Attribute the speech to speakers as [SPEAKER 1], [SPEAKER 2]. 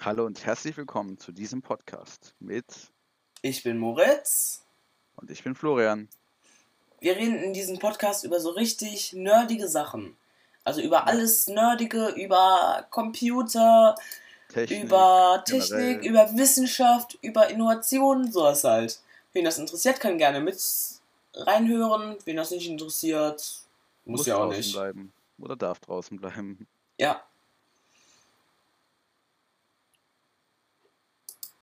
[SPEAKER 1] Hallo und herzlich willkommen zu diesem Podcast mit
[SPEAKER 2] Ich bin Moritz.
[SPEAKER 1] und ich bin Florian.
[SPEAKER 2] Wir reden in diesem Podcast über so richtig nerdige Sachen. Also über alles Nerdige, über Computer,
[SPEAKER 1] Technik.
[SPEAKER 2] über Technik,
[SPEAKER 1] generell.
[SPEAKER 2] über Wissenschaft, über Innovationen, sowas halt. Wen das interessiert, kann gerne mit reinhören. Wen das nicht interessiert, muss, ja auch
[SPEAKER 1] draußen
[SPEAKER 2] nicht.
[SPEAKER 1] bleiben oder darf draußen bleiben.
[SPEAKER 2] Ja.